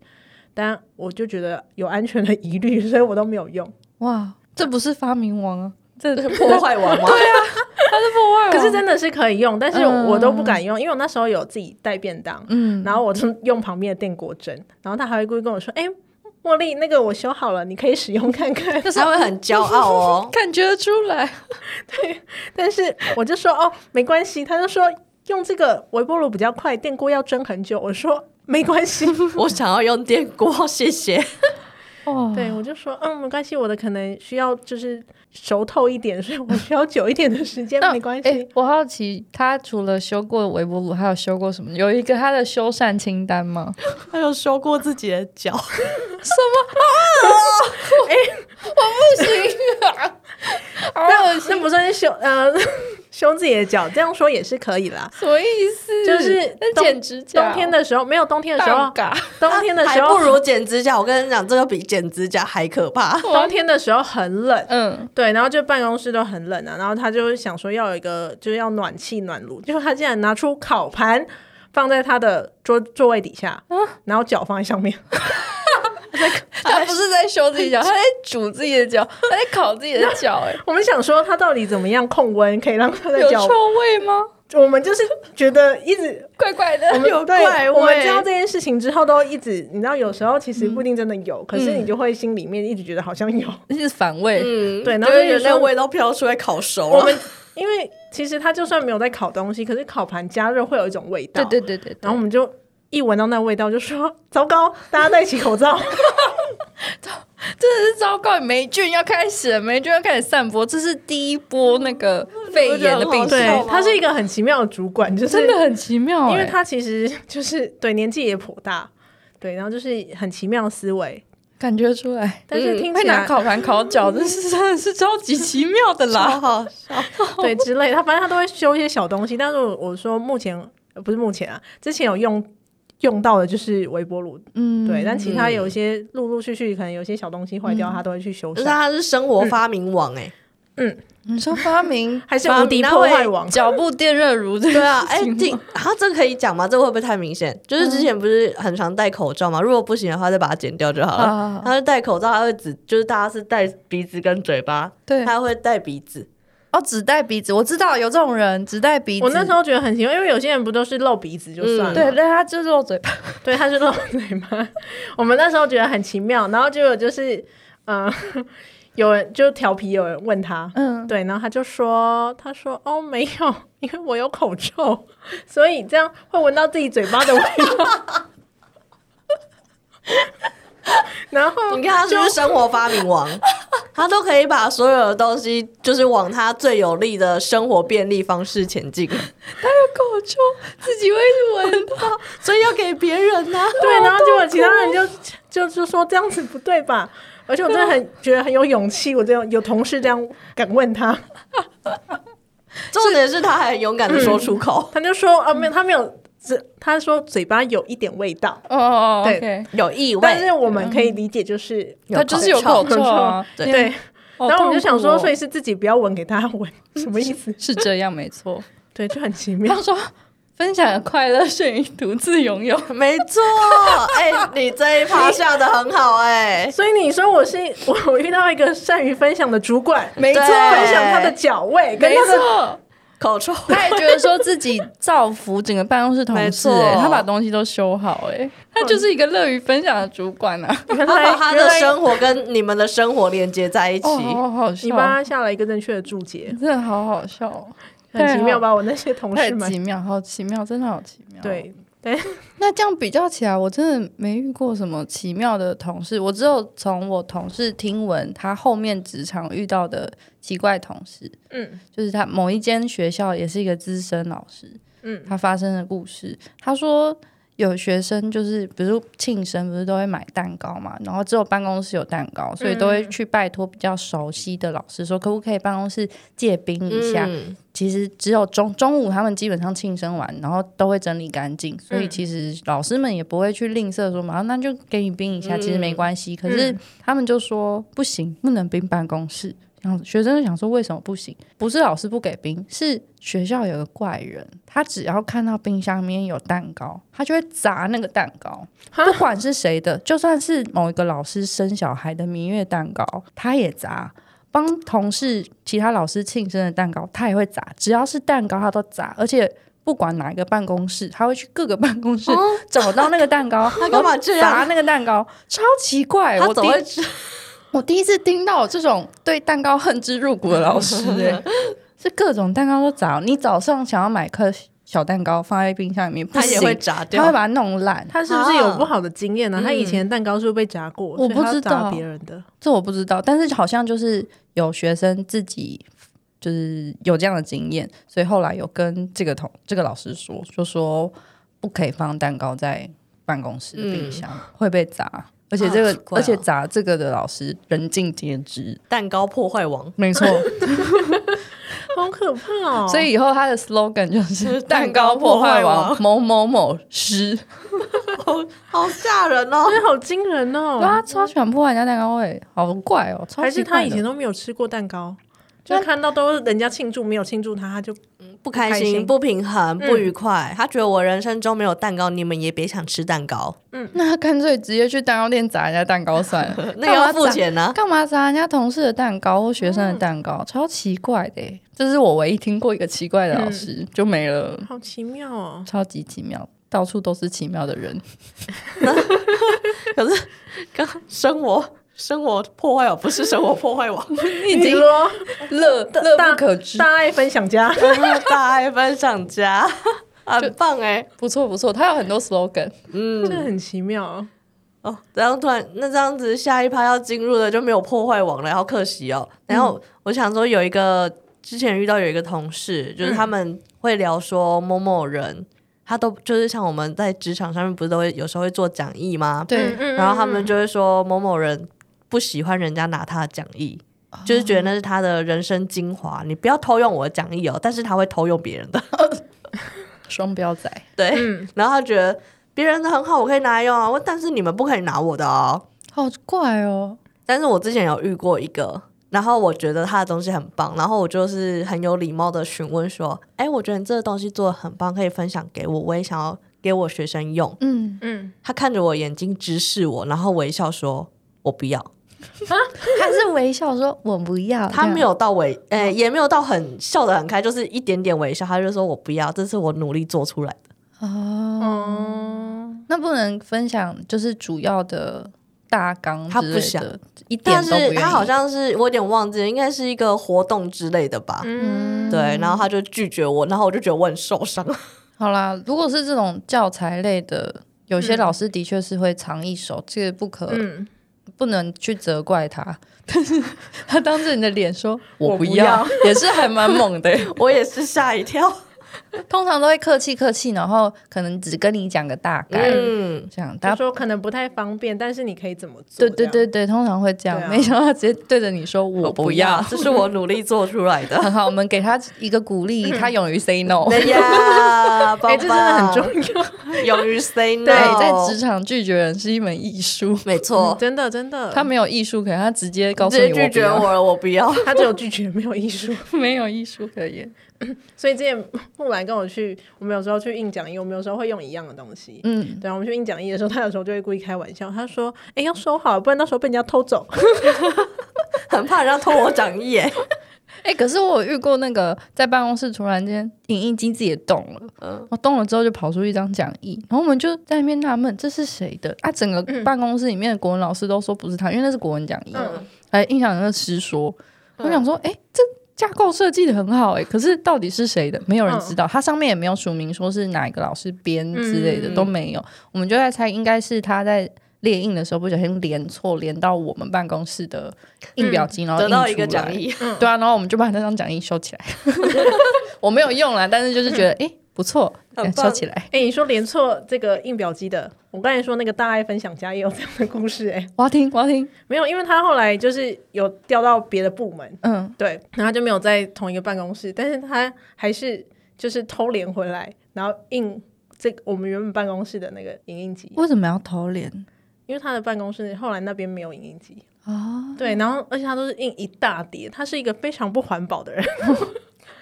但我就觉得有安全的疑虑，所以我都没有用。
哇，这不是发明王啊，这 这
破坏王
破坏
吗？
王
可是真的是可以用，但是
嗯
我都不敢用，因为我那时候有自己带便当，
嗯，
然后我就用旁边的电锅蒸，然后他还会故意跟我说：“哎、茉莉，那个我修好了，你可以使用看看。
他会很骄傲哦。
感觉得出来，”
但是我就说：“哦，没关系。”他就说：“用这个微波炉比较快，电锅要蒸很久。”我说：“没关系。
我想要用电锅， 谢谢。
哇，
对，我就说：“嗯，没关系，我的可能需要就是熟透一点，所以我需要久一点的时间，
那哎
没关系。
诶我好奇，他除了修过微波炉，还有修过什么？有一个他的修缮清单吗？
他有修过自己的脚，
不行啊，好恶
那
心，
那不算是修呃 修自己的脚，这样说也是可以啦。
什么意思？
就是
那
冬
剪指甲，啊
冬天的时候没有冬天的时候
蛋，嘎，
冬天的时
还不
候，
如剪指甲。我跟你讲，这个比剪指甲还可怕。
冬天的时候很冷，
嗯，
对，然后就办公室都很冷啊，然后他就想说要有一个就是要暖气暖炉，结果他竟然拿出烤盘放在他的桌座位底下，
啊
然后脚放在上面，
他不是在修自 己脚，他在煮自己的脚，他在烤自己的脚， 哎，
我们想说他到底怎么样控温可以让他的
有
脚
臭，味吗？
我们就是觉得一 直
怪怪的，
我们对
怪
我们
味
知道这件事情之后都一直，你知道有时候其实不一定真的有，
嗯
可是你就会心里面一直觉得好像 有，
是反胃，
嗯，
对然后
就
就是
有那
说
味道飘出来，烤熟
我
了。
们因为其实他就算没有在烤东西，可是烤盘加热会有一种味道，
对对对对对，
然后我们就一闻到那味道就说：“糟糕，大家戴起 口罩。
真的是糟糕，霉菌要开始了，霉菌要开始散播，这是第一波那 个肺炎的病
我”觉
毒，
得很好笑
对，他是一个很奇妙的主管，就是
真的很奇妙、
因为
哎
他其实就是对年纪也颇大，对，然后就是很奇妙的思维，
感觉出来，
但是听
嗯会
起
拿
来、
烤盘烤 脚，这是真的是超级奇妙的啦。
超好笑，
对之类，他反正他都会修一些小东西。但是我我说目前呃不是目前啊，之前有用。用到的就是微波炉，
嗯
对，但其他
嗯
有一些陆陆续续可能有些小东西坏掉，他都会去修
就是
缮，
他是生活发明王哎、
你说发明
还是
妈
无敌
那
破
会
坏王，
脚部电热炉这
对
个
啊， 哎、
事
这
情吗，
啊，这个可以讲吗？这个会不会太明显？就是之前不是很常戴口罩吗？如果不行的话，再把它剪掉就好了。
啊
他是戴口罩，他会只就是大家是戴鼻子跟嘴巴，
对
他会戴鼻子，
哦，只带鼻子，我知道有这种人只带鼻子。
我那时候觉得很奇怪，因为有些人不都是露鼻子就算了，
嗯
对，但他就是 露嘴巴，
对，他是露嘴巴。我们那时候觉得很奇妙，然后结果就是嗯， 有人就调皮，有人问他，
嗯，
对，然后他就说，他说哦没有，因为我有口臭， 所以这样会闻到自己嘴巴的味道。 然后
你看他是不是生活发明王？他都可以把所有的东西，就是往他最有利的生活便利方式前进，
口臭自己会 闻到，
所以要给别人呐、啊。
对，然后结果其他人就 就就说这样子不对吧？而且我真的很觉得很有勇气，我这样有同事这样敢问他，
重点是他还很勇敢的说出
嗯
口，
他就说啊没有，他没有，只他说嘴巴有一点味道，
哦哦
对
，OK，
有意味，
但是我们可以理解就是
嗯他就是有口臭啊，
对
对。
好
然后我们就
痛
想
苦
说，
哦
所以是自己不要闻给他 闻，什么意思？
是这样没错。
对，就很奇
比
妙
方。说，分享的快乐胜于独自拥有。
没错。哎、你这一趴下的很好哎、
所以你说我是 我，我遇到一个善于分享的主管，没
错
分享他的脚位，跟
没
他的
错，
口臭。
他也觉得说自己造福整个办公室同
没
事、
错
欸，他把东西都修好、欸，他就是一个乐于分享的主管啊。
原
他把
来
他
哎原
的
来
生活跟你们的生活连接在一起，
哦，好好
你帮
笑，
他下了一个正确的注解，
真的好好笑哦，
很奇妙吧？我那些同
太
事们，
奇妙，好奇妙，真的好奇妙。，
对，
那这样比较起来，我真的没遇过什么奇妙的同事，我只有从我同事听闻他后面职场遇到的奇怪同事，
嗯
就是他某一间学校也是一个资深老师，
嗯
他发生的故事。他说有学生就是，比如庆生，不是都会买蛋糕嘛，然后只有办公室有蛋糕，所以都
嗯
会去拜托比较熟悉的老师说，可不可以办公室借冰一下？
嗯
其实只有中中午他们基本上庆生完，然后都会整理干净，所以
嗯
其实老师们也不会去吝啬说嘛，啊那就给你冰一下，其实没关系。可是他们就说不行，不能冰办公室。然后学生就想说为什么不行？不是老师不给冰，是学校有个怪人，他只要看到冰箱里面有蛋糕，他就会砸那个蛋糕，
哈
不管是谁的，就算是某一个老师生小孩的蜜月蛋糕，他也砸。帮同事、其他老师庆生的蛋糕，他也会砸，只要是蛋糕他都砸，而且不管哪一个办公室，他会去各个办公室、找到那个蛋糕，
他干嘛这
然后砸
样？
那个蛋糕？超奇怪！
他
哎我
怎
第
么会
一我第一次听到这种对蛋糕恨之入骨的老师、欸， 是各种蛋糕都砸。你早上想要买颗小蛋糕放在冰箱里面，不
他也会
行，
炸
他会
掉？
把它弄烂。
他是不是有不好的经验呢？他以前蛋糕是不是被炸过，
啊嗯我不知道
所以他要砸别人的。
这我不知道，但是好像就是有学生自己就是有这样的经验，所以后来有跟这个同这个老师说，就说不可以放蛋糕在办公室的冰箱，会被砸。而且这个，
好奇怪哦
而且砸这个的老师人尽皆知，
蛋糕破坏王，
没错。
好可怕哦！
所以以后他的 slogan 就是蛋糕破坏王某某某师。
好吓人哦！
真的哎好惊人
对啊，
哦！
超喜欢破坏人家蛋糕味，好怪哦，超
还
奇
是
怪
他
的
以前都没有吃过蛋糕，
那
就看到都是人家庆祝，没有庆祝他，他就
不开
不开
心、嗯
心
不平衡、不愉快，他觉得我人生中没有蛋糕，你们也别想吃蛋 糕，
那他干脆直接去蛋糕店砸人家蛋糕算了
，那
干
个
嘛
要啊付
砸
钱呢。
啊干嘛砸人家同事的蛋糕或学生的蛋
嗯
糕？超奇怪的欸，这是我唯一听过一个奇怪的老师，
嗯
就没了，
好奇妙哦。
超级奇妙，到处都是奇妙的 人。
可是刚生活生活破坏王不是生活破 坏王，
你已
你
经
说
乐乐
大
不可支，嗯
大爱分享家，
大爱分享 家，很棒哎、
不错不错，他有很多 slogan，
嗯
真的很奇妙哦。
哦，然后突然那这样子，下一趴要进入的就没有破坏网了，好可惜哦。然后我想说，有一个之前遇到有一个同事，就是他们会聊说某某人，他都就是像我们在职场上面不是都会有时候会做讲义吗？
对，
嗯
然后他们就会说某某人不喜欢人家拿他的讲义。就是觉得那是他的人生精华，你不要偷用我的讲义哦。但是他会偷用别人的，
双标仔，
对。
嗯
然后他觉得别人的很好，我可以拿来用啊，我但是你们不可以拿我的哦。
好怪哦，
但是我之前有遇过一个，然后我觉得他的东西很棒，然后我就是很有礼貌的询问说：“哎，我觉得你这个东西做的很棒，可以分享给我，我也想要给我学生用。
嗯，
嗯，”
他看着我眼睛直视我，然后微笑说：“我不要。
他是微笑说“我不要”，”
他
这样
没有到微，呃，也没有到很笑得很开，就是一点点微笑，他就说：“我不要，这是我努力做出来的。嗯
哦，
哦，
那不能分享就是主要的大纲
他
之
不
类
想
的，一点
但
都不
是
愿
他好
意
像是我有点忘记了，应该是一个活动之类的吧。
嗯，
对，然后他就拒绝我，然后我就觉得我很受伤。
好啦，如果是这种教材类的，有些
嗯
老师的确是会藏一手，这个不可、
嗯，
不能去责怪他。 但是他当着你的脸说“
我
我不
不
要”， 也是还蛮猛的。
我也是吓一跳。
通常都会客气客气，然后可能只跟你讲个大概，
嗯，
这样大
他
家。
说可能不太方便，但是你可以怎么做？
对对对对，通常会这样。
对啊
没想到他直接对着你说“我不要”，
这是我努力做出来 的。
很好，我们给他一个鼓励，他勇于 say no。
哎呀，
这
宝宝，
样，哎、这真的很重要，
勇于 say no。
对，在职场拒绝人是一门艺术，
没错，
真的真的，
他没有艺术可言，他直接告诉
直
你
接
我
拒
不
绝
要
我了，我不要。
他只有拒绝没有艺术。
没有艺术可言。
所以之前木兰跟我去，我们有时候去印讲义，我们有时候会用一样的东西。
嗯，
对啊，我们去印讲义的时候，他有时候就会故意开玩笑，他说：“哎、要收好，不然到时候被人家偷走。
很怕人家偷我讲义耶。
哎、可是我有遇过那个在办公室突然间影印机自己也动了，
嗯
我动了之后就跑出一张讲义，然后我们就在那边纳闷这是谁的啊？整个
嗯
办公室里面的国文老师都说不是他，因为那是国文讲义，
嗯
还、印象那师说，
嗯
我想说，哎、这。架构设计的很好哎、可是到底是谁的，没有
嗯
人知道。它上面也没有署名，说是哪一个老师编之类的、
嗯
都没有。我们就在猜，应该是他在列印的时候不小心连错，连到我们办公室的印表机，然后
嗯得到
印
一
出
个
来
讲义，
对啊，然后我们就把那张讲义收起 来。我没有用啦，但是就是觉得诶不错，
很
哎
棒
收起来。
哎，你说连错这个印表机的，我刚才说那个大爱分享家也有这样的故事哎、
我要听，我要听。
没有，因为他后来就是有调到别的部门，
嗯，
对，然后就没有在同一个办公室，但是他还是就是偷连回来，然后印这我们原本办公室的那个影印机，
为什么要偷脸
因为他的办公室后来那边没有影印机，
啊？
对，然后而且他都是印一大叠，他是一个 非常不环保的人，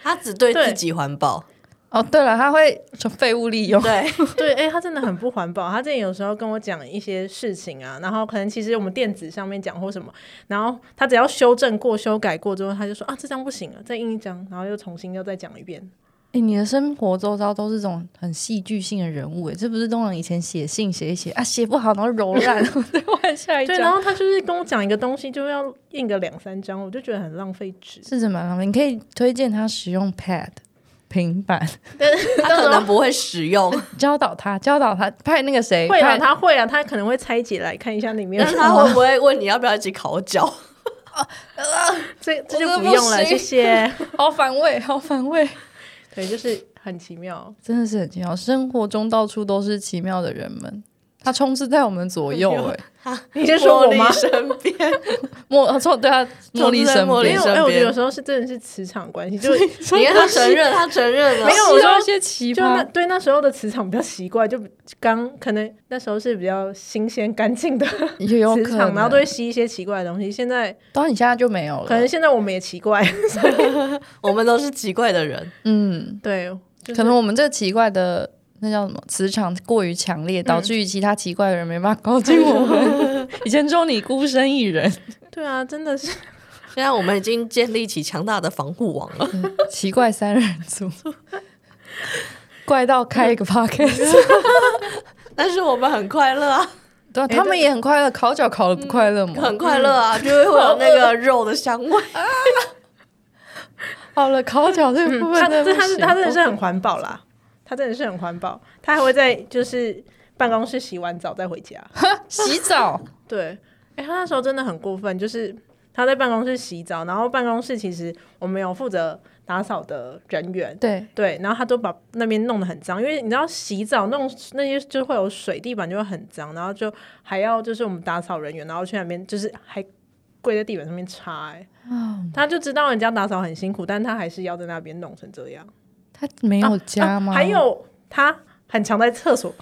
他只对
对
自己环保。
哦，对了，他会废物利用。
对，
对，哎、他真的很不环保。他之前有时候跟我讲一些事情啊，然后可能其实我们电子上面讲或什么，然后他只要修正过、修改过之后，他就说啊，这张不行了，再印一张，然后又重新又再讲一遍。
哎、你的生活周遭都是这种很戏剧性的人物，哎，这不是通常以前写信写一写啊，写不好然后揉烂，再换下 一
对，然
张，
后他就是跟我讲一个东西，就要印个两三张，我就觉得很浪费纸。
是怎么浪费？你可以推荐他使用 Pad 平板，
但是
他可能不会使 用，
教导他，教导他，派那个谁，
会啊，
派
他会啊，他可能会拆解来看一下里 面
但
有
是
什
他
么。
会不会问你要不要一起烤脚？
这这
我
就
真的
不
不
用了，
行
谢谢。
好反胃，好反胃。
对，就是很奇妙。
真的是很奇妙，生活中到处都是奇妙的人们，他充斥在我们左右、
左右
欸，
你先说我吗
茉莉？身边，
莫莫错对他茉莉身
莫莉
没
边
有，
身
哎、我觉得
边
有时候是真的是磁场关 系，就是
你看他承认，他承认了。
没有
是
我说
有一些奇
就那
葩，
对那时候的磁场比较奇怪，就刚可能那时候是比较新鲜干净的磁
也有可
场，
能。
然后都会吸一些奇怪的东西。现在
当然你现在就没有了，
可能现在我们也奇怪，
我们都是奇怪的人，
嗯，
对，就是
可能我们这奇怪的那叫什么磁场过于强烈，导致于其他奇怪的人没办法靠近我们。以前只有你孤身一人，
对啊，真的是
现在我们已经建立起强大的防护网 了。
奇怪三人组，怪到开一个 podcast。
但是我们很快乐啊，
对啊，他们也很快乐，烤脚烤的不快
嗯
乐吗？
很快乐啊，就会有那个肉的香 味。
好了，烤脚这个部分
嗯他，
真的
这
不
他是
行
他真的是很环保啦，他真的是很环保，他还会在就是办公室洗完澡再 回家。
洗澡，
对，哎、他那时候真的很过分，就是他在办公室洗澡，然后办公室其实我们有负责打扫的人员，
对，
对，然后他都把那边弄得很脏，因为你知道洗澡弄那些就会有水，地板就会很脏，然后就还要就是我们打扫人员，然后去那边就是还跪在地板上面擦、欸，
哦
他就知道人家打扫很辛苦，但他还是要在那边弄成这样。
他没有家吗？
啊还有他很常在厕 所，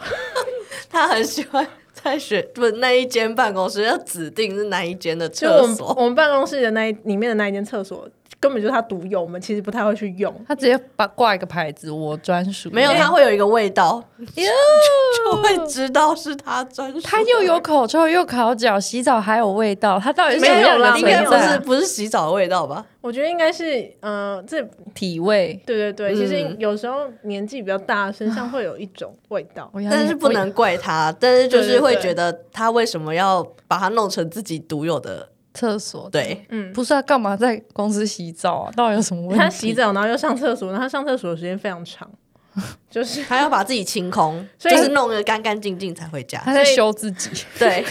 他很喜欢在学不是那一间办公室，要指定是哪一间的
就是我
厕
们
所。
我们办公室的那一里面的那一间厕所根本就是它独有，我们其实不太会去用。
他直接把挂一个牌子，我专属。
没有，它会有一个味道，
哟
就会知道是它专属。
它又有口臭，又烤脚，洗澡还有味道，它到底是
没有
什么样的
啦
应
存
该
在
不是不是洗澡的味道吧？
我觉得应该是，嗯，这
体味。
对对对，其实
嗯
有时候年纪比较大，身上会有一种味道。
我要
但是
你
不能怪它，但是就是
对对
会
对
觉得它为什么要把它弄成自己独有的？
厕所，
对，
嗯，
不是啊，干嘛在公司洗澡啊？到底有什么问题？
他洗澡，然后又上厕所，然后他上厕所的时间非常长， 就是
它要把自己清空，就
所以
是弄得干干净净才回 家。
他在修自己，
对，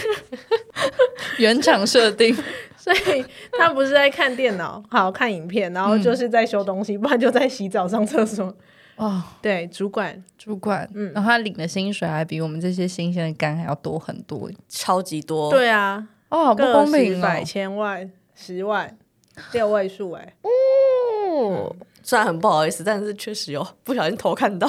原厂设 定。
所以他不是在看电脑，好看影片，然后就是在修东西，不然就在洗澡、上厕所。
哦，
对，主管，
主管，
嗯
然后他领的薪水还比我们这些新鲜的肝还要多很多，
超级多。
对啊，
哦，好不
个
公
十
平
百
哦！
千万十万六位数，哎，
虽然很不好意思，但是确实有不小心偷看到。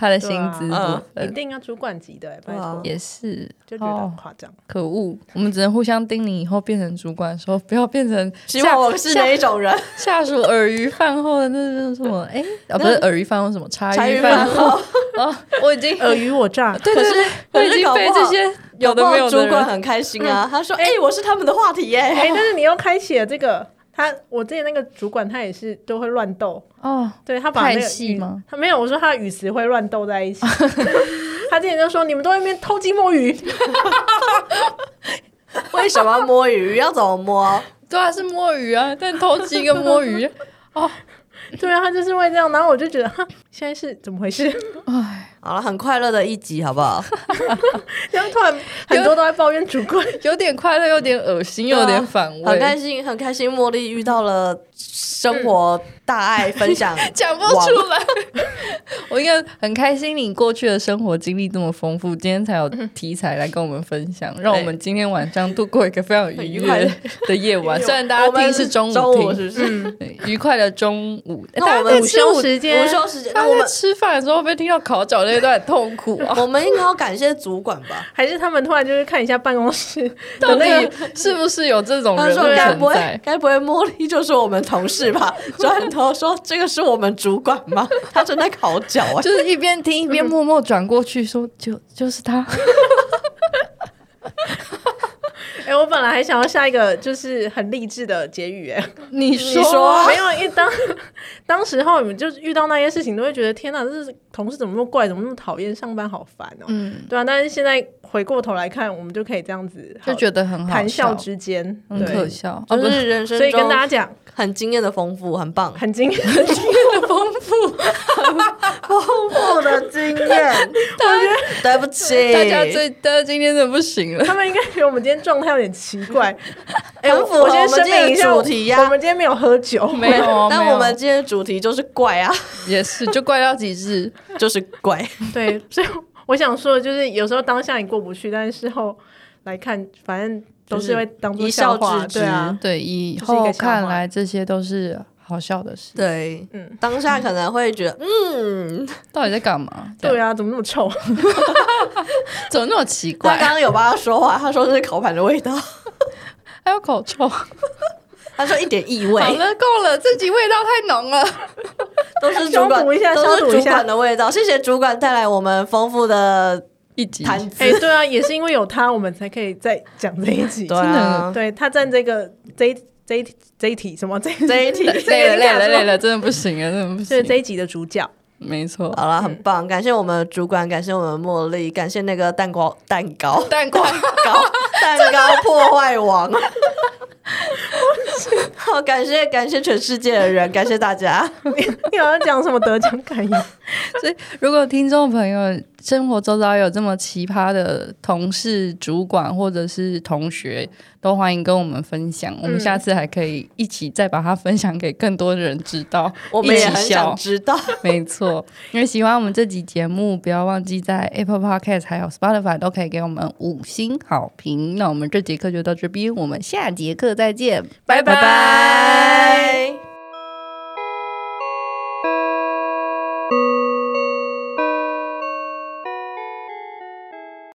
他的薪资
对
啊
部
一
分
定要主管级的，哎，拜
对啊
托，
也是，
就觉得很
哦
夸张。
可恶，我们只能互相叮咛，以后变成主管的时候不要变成
希望
下
我是
下
那一种人，
下属尔虞饭后的那种什么？ 哎、啊，不是尔虞饭后什么茶
茶余
余
饭
饭
后呃
后啊！ 我已经
尔虞 我诈，
对对对，
可
我
是
已经
搞不
被
好
这些有的没有的
搞不好主管
人
很开心啊。他说：“哎、我是他们的话题耶、
嗯哎，但是你又开启了这个，他我之前那个主管他也是都会乱斗，
哦，
对他把那
派
个
系
语
吗？
他没有，我说他的语词会乱斗 在一起。他之前就说你们都在那边偷鸡摸鱼，
为什么要摸鱼？要怎么摸？
对啊，是摸鱼啊，但偷鸡跟摸 鱼，
对啊，他就是会这样。然后我就觉得，哈，现在是怎么回事？
哎，
好了，很快乐的一集，好不好？
然后突然很多都在抱怨主管，
有点快乐，有点恶心，又有点反胃，
很开心，很开心。茉莉遇到了生活大爱分享，
讲不出来。 我应该很开心，你过去的生活经历这么丰富，今天才有题材来跟我们分享，让我们今天晚上度过一个非常愉
很愉快
悦的夜 晚。虽然 大
我
家
们
听是中
中
午
午
听，
是不是？
嗯
对愉快的中午。欸
那我
大家
们
在
午
吃午
休时间
午休时间，
大
那
家
我
在
们
吃饭的时候被听到烤脚那一段很痛苦 啊！
我们应该要感谢主管吧？
还是他们突然就是看一下办公室
到
的
底
那个，
是不是有这种
他
人
说
会：“
该
存
不会
在，？
该不会茉莉就是我们同事 吧？”转头说：“这个是我们主管吗？他正在烤脚啊！”
就是一边听一边默默转过去说：“就就是他。
哎、我本来还想要下一个就是很励志的结语、哎，”哦
你
你说
啊
啊
没有，因为当当时候你们就是遇到那些事情，都会觉得天哪，这是同事怎么那么怪，怎么那么讨厌，上班好烦哦、
嗯，
对啊，但是现在回过头来看，我们就可以这样子
就觉得很好
谈笑
笑，
之间，
很可
对，
笑。 哦，
就
不是
是人生
所以跟
中
大家讲，
很经验的丰富，很棒，
很惊艳，
丰富，
丰富的 经验。对不起，
大家这大家今天真的不行 了。
他们应该觉得我们今天状态有点奇怪。哎、
很
我
符合
我先
我们
声
今天
明一
的
下，
主题呀
我们今天没有喝酒，
没有 啊，没
但
有
我们今天的主题就是怪啊，
也是就怪到极致，
就是怪。
对，所以我想说的就是，有时候当下你过不去，但是事后来看，反正都是会当做
一笑
话，
置之
对啊，
对，以
这是一个
后
笑话
看来这些都是好笑的事。
对，
嗯
当下可能会觉得，嗯，
到底在干嘛？这样
对啊，怎么那么臭？
怎么那么奇
他
怪？
刚刚有帮他说话，他说这是烤盘的味道，
还有口臭。
他说一点异味
好，了，够了，这集味道太浓了。
都是主管
消毒一下，
都
消
是
毒一
主
下
管的味道。谢谢主管带来我们丰富的
一集
谈
哎、
资。
对啊，也是因为有他，我们才可以再讲这一 集。
对
真
啊
的，
对他占这个这一这一这一题什么这一
这一题
累了，累了，累了，真的不行了，真的不
是这
行。
一集的主角。
没错，
好了，很棒，感谢我们的主管，感谢我们的茉莉，感谢那个蛋糕蛋糕
蛋糕
糕蛋糕破坏王。好，感谢感谢全世界的人，感谢大家。
你好像讲什么得奖感言？
所以，如果听众朋友生活周遭有这么奇葩的同事、主管或者是同学，都欢迎跟我们分享。我们下次还可以一起再把它分享给更多的人知道，
我们
一
也
起
很
笑
想。知道，
没错，因为喜欢我们这集节目，不要忘记在 Apple Podcast 还有 Spotify 都可以给我们五星好评。那我们这节课就到这边，我们下节课再见，
拜
拜拜。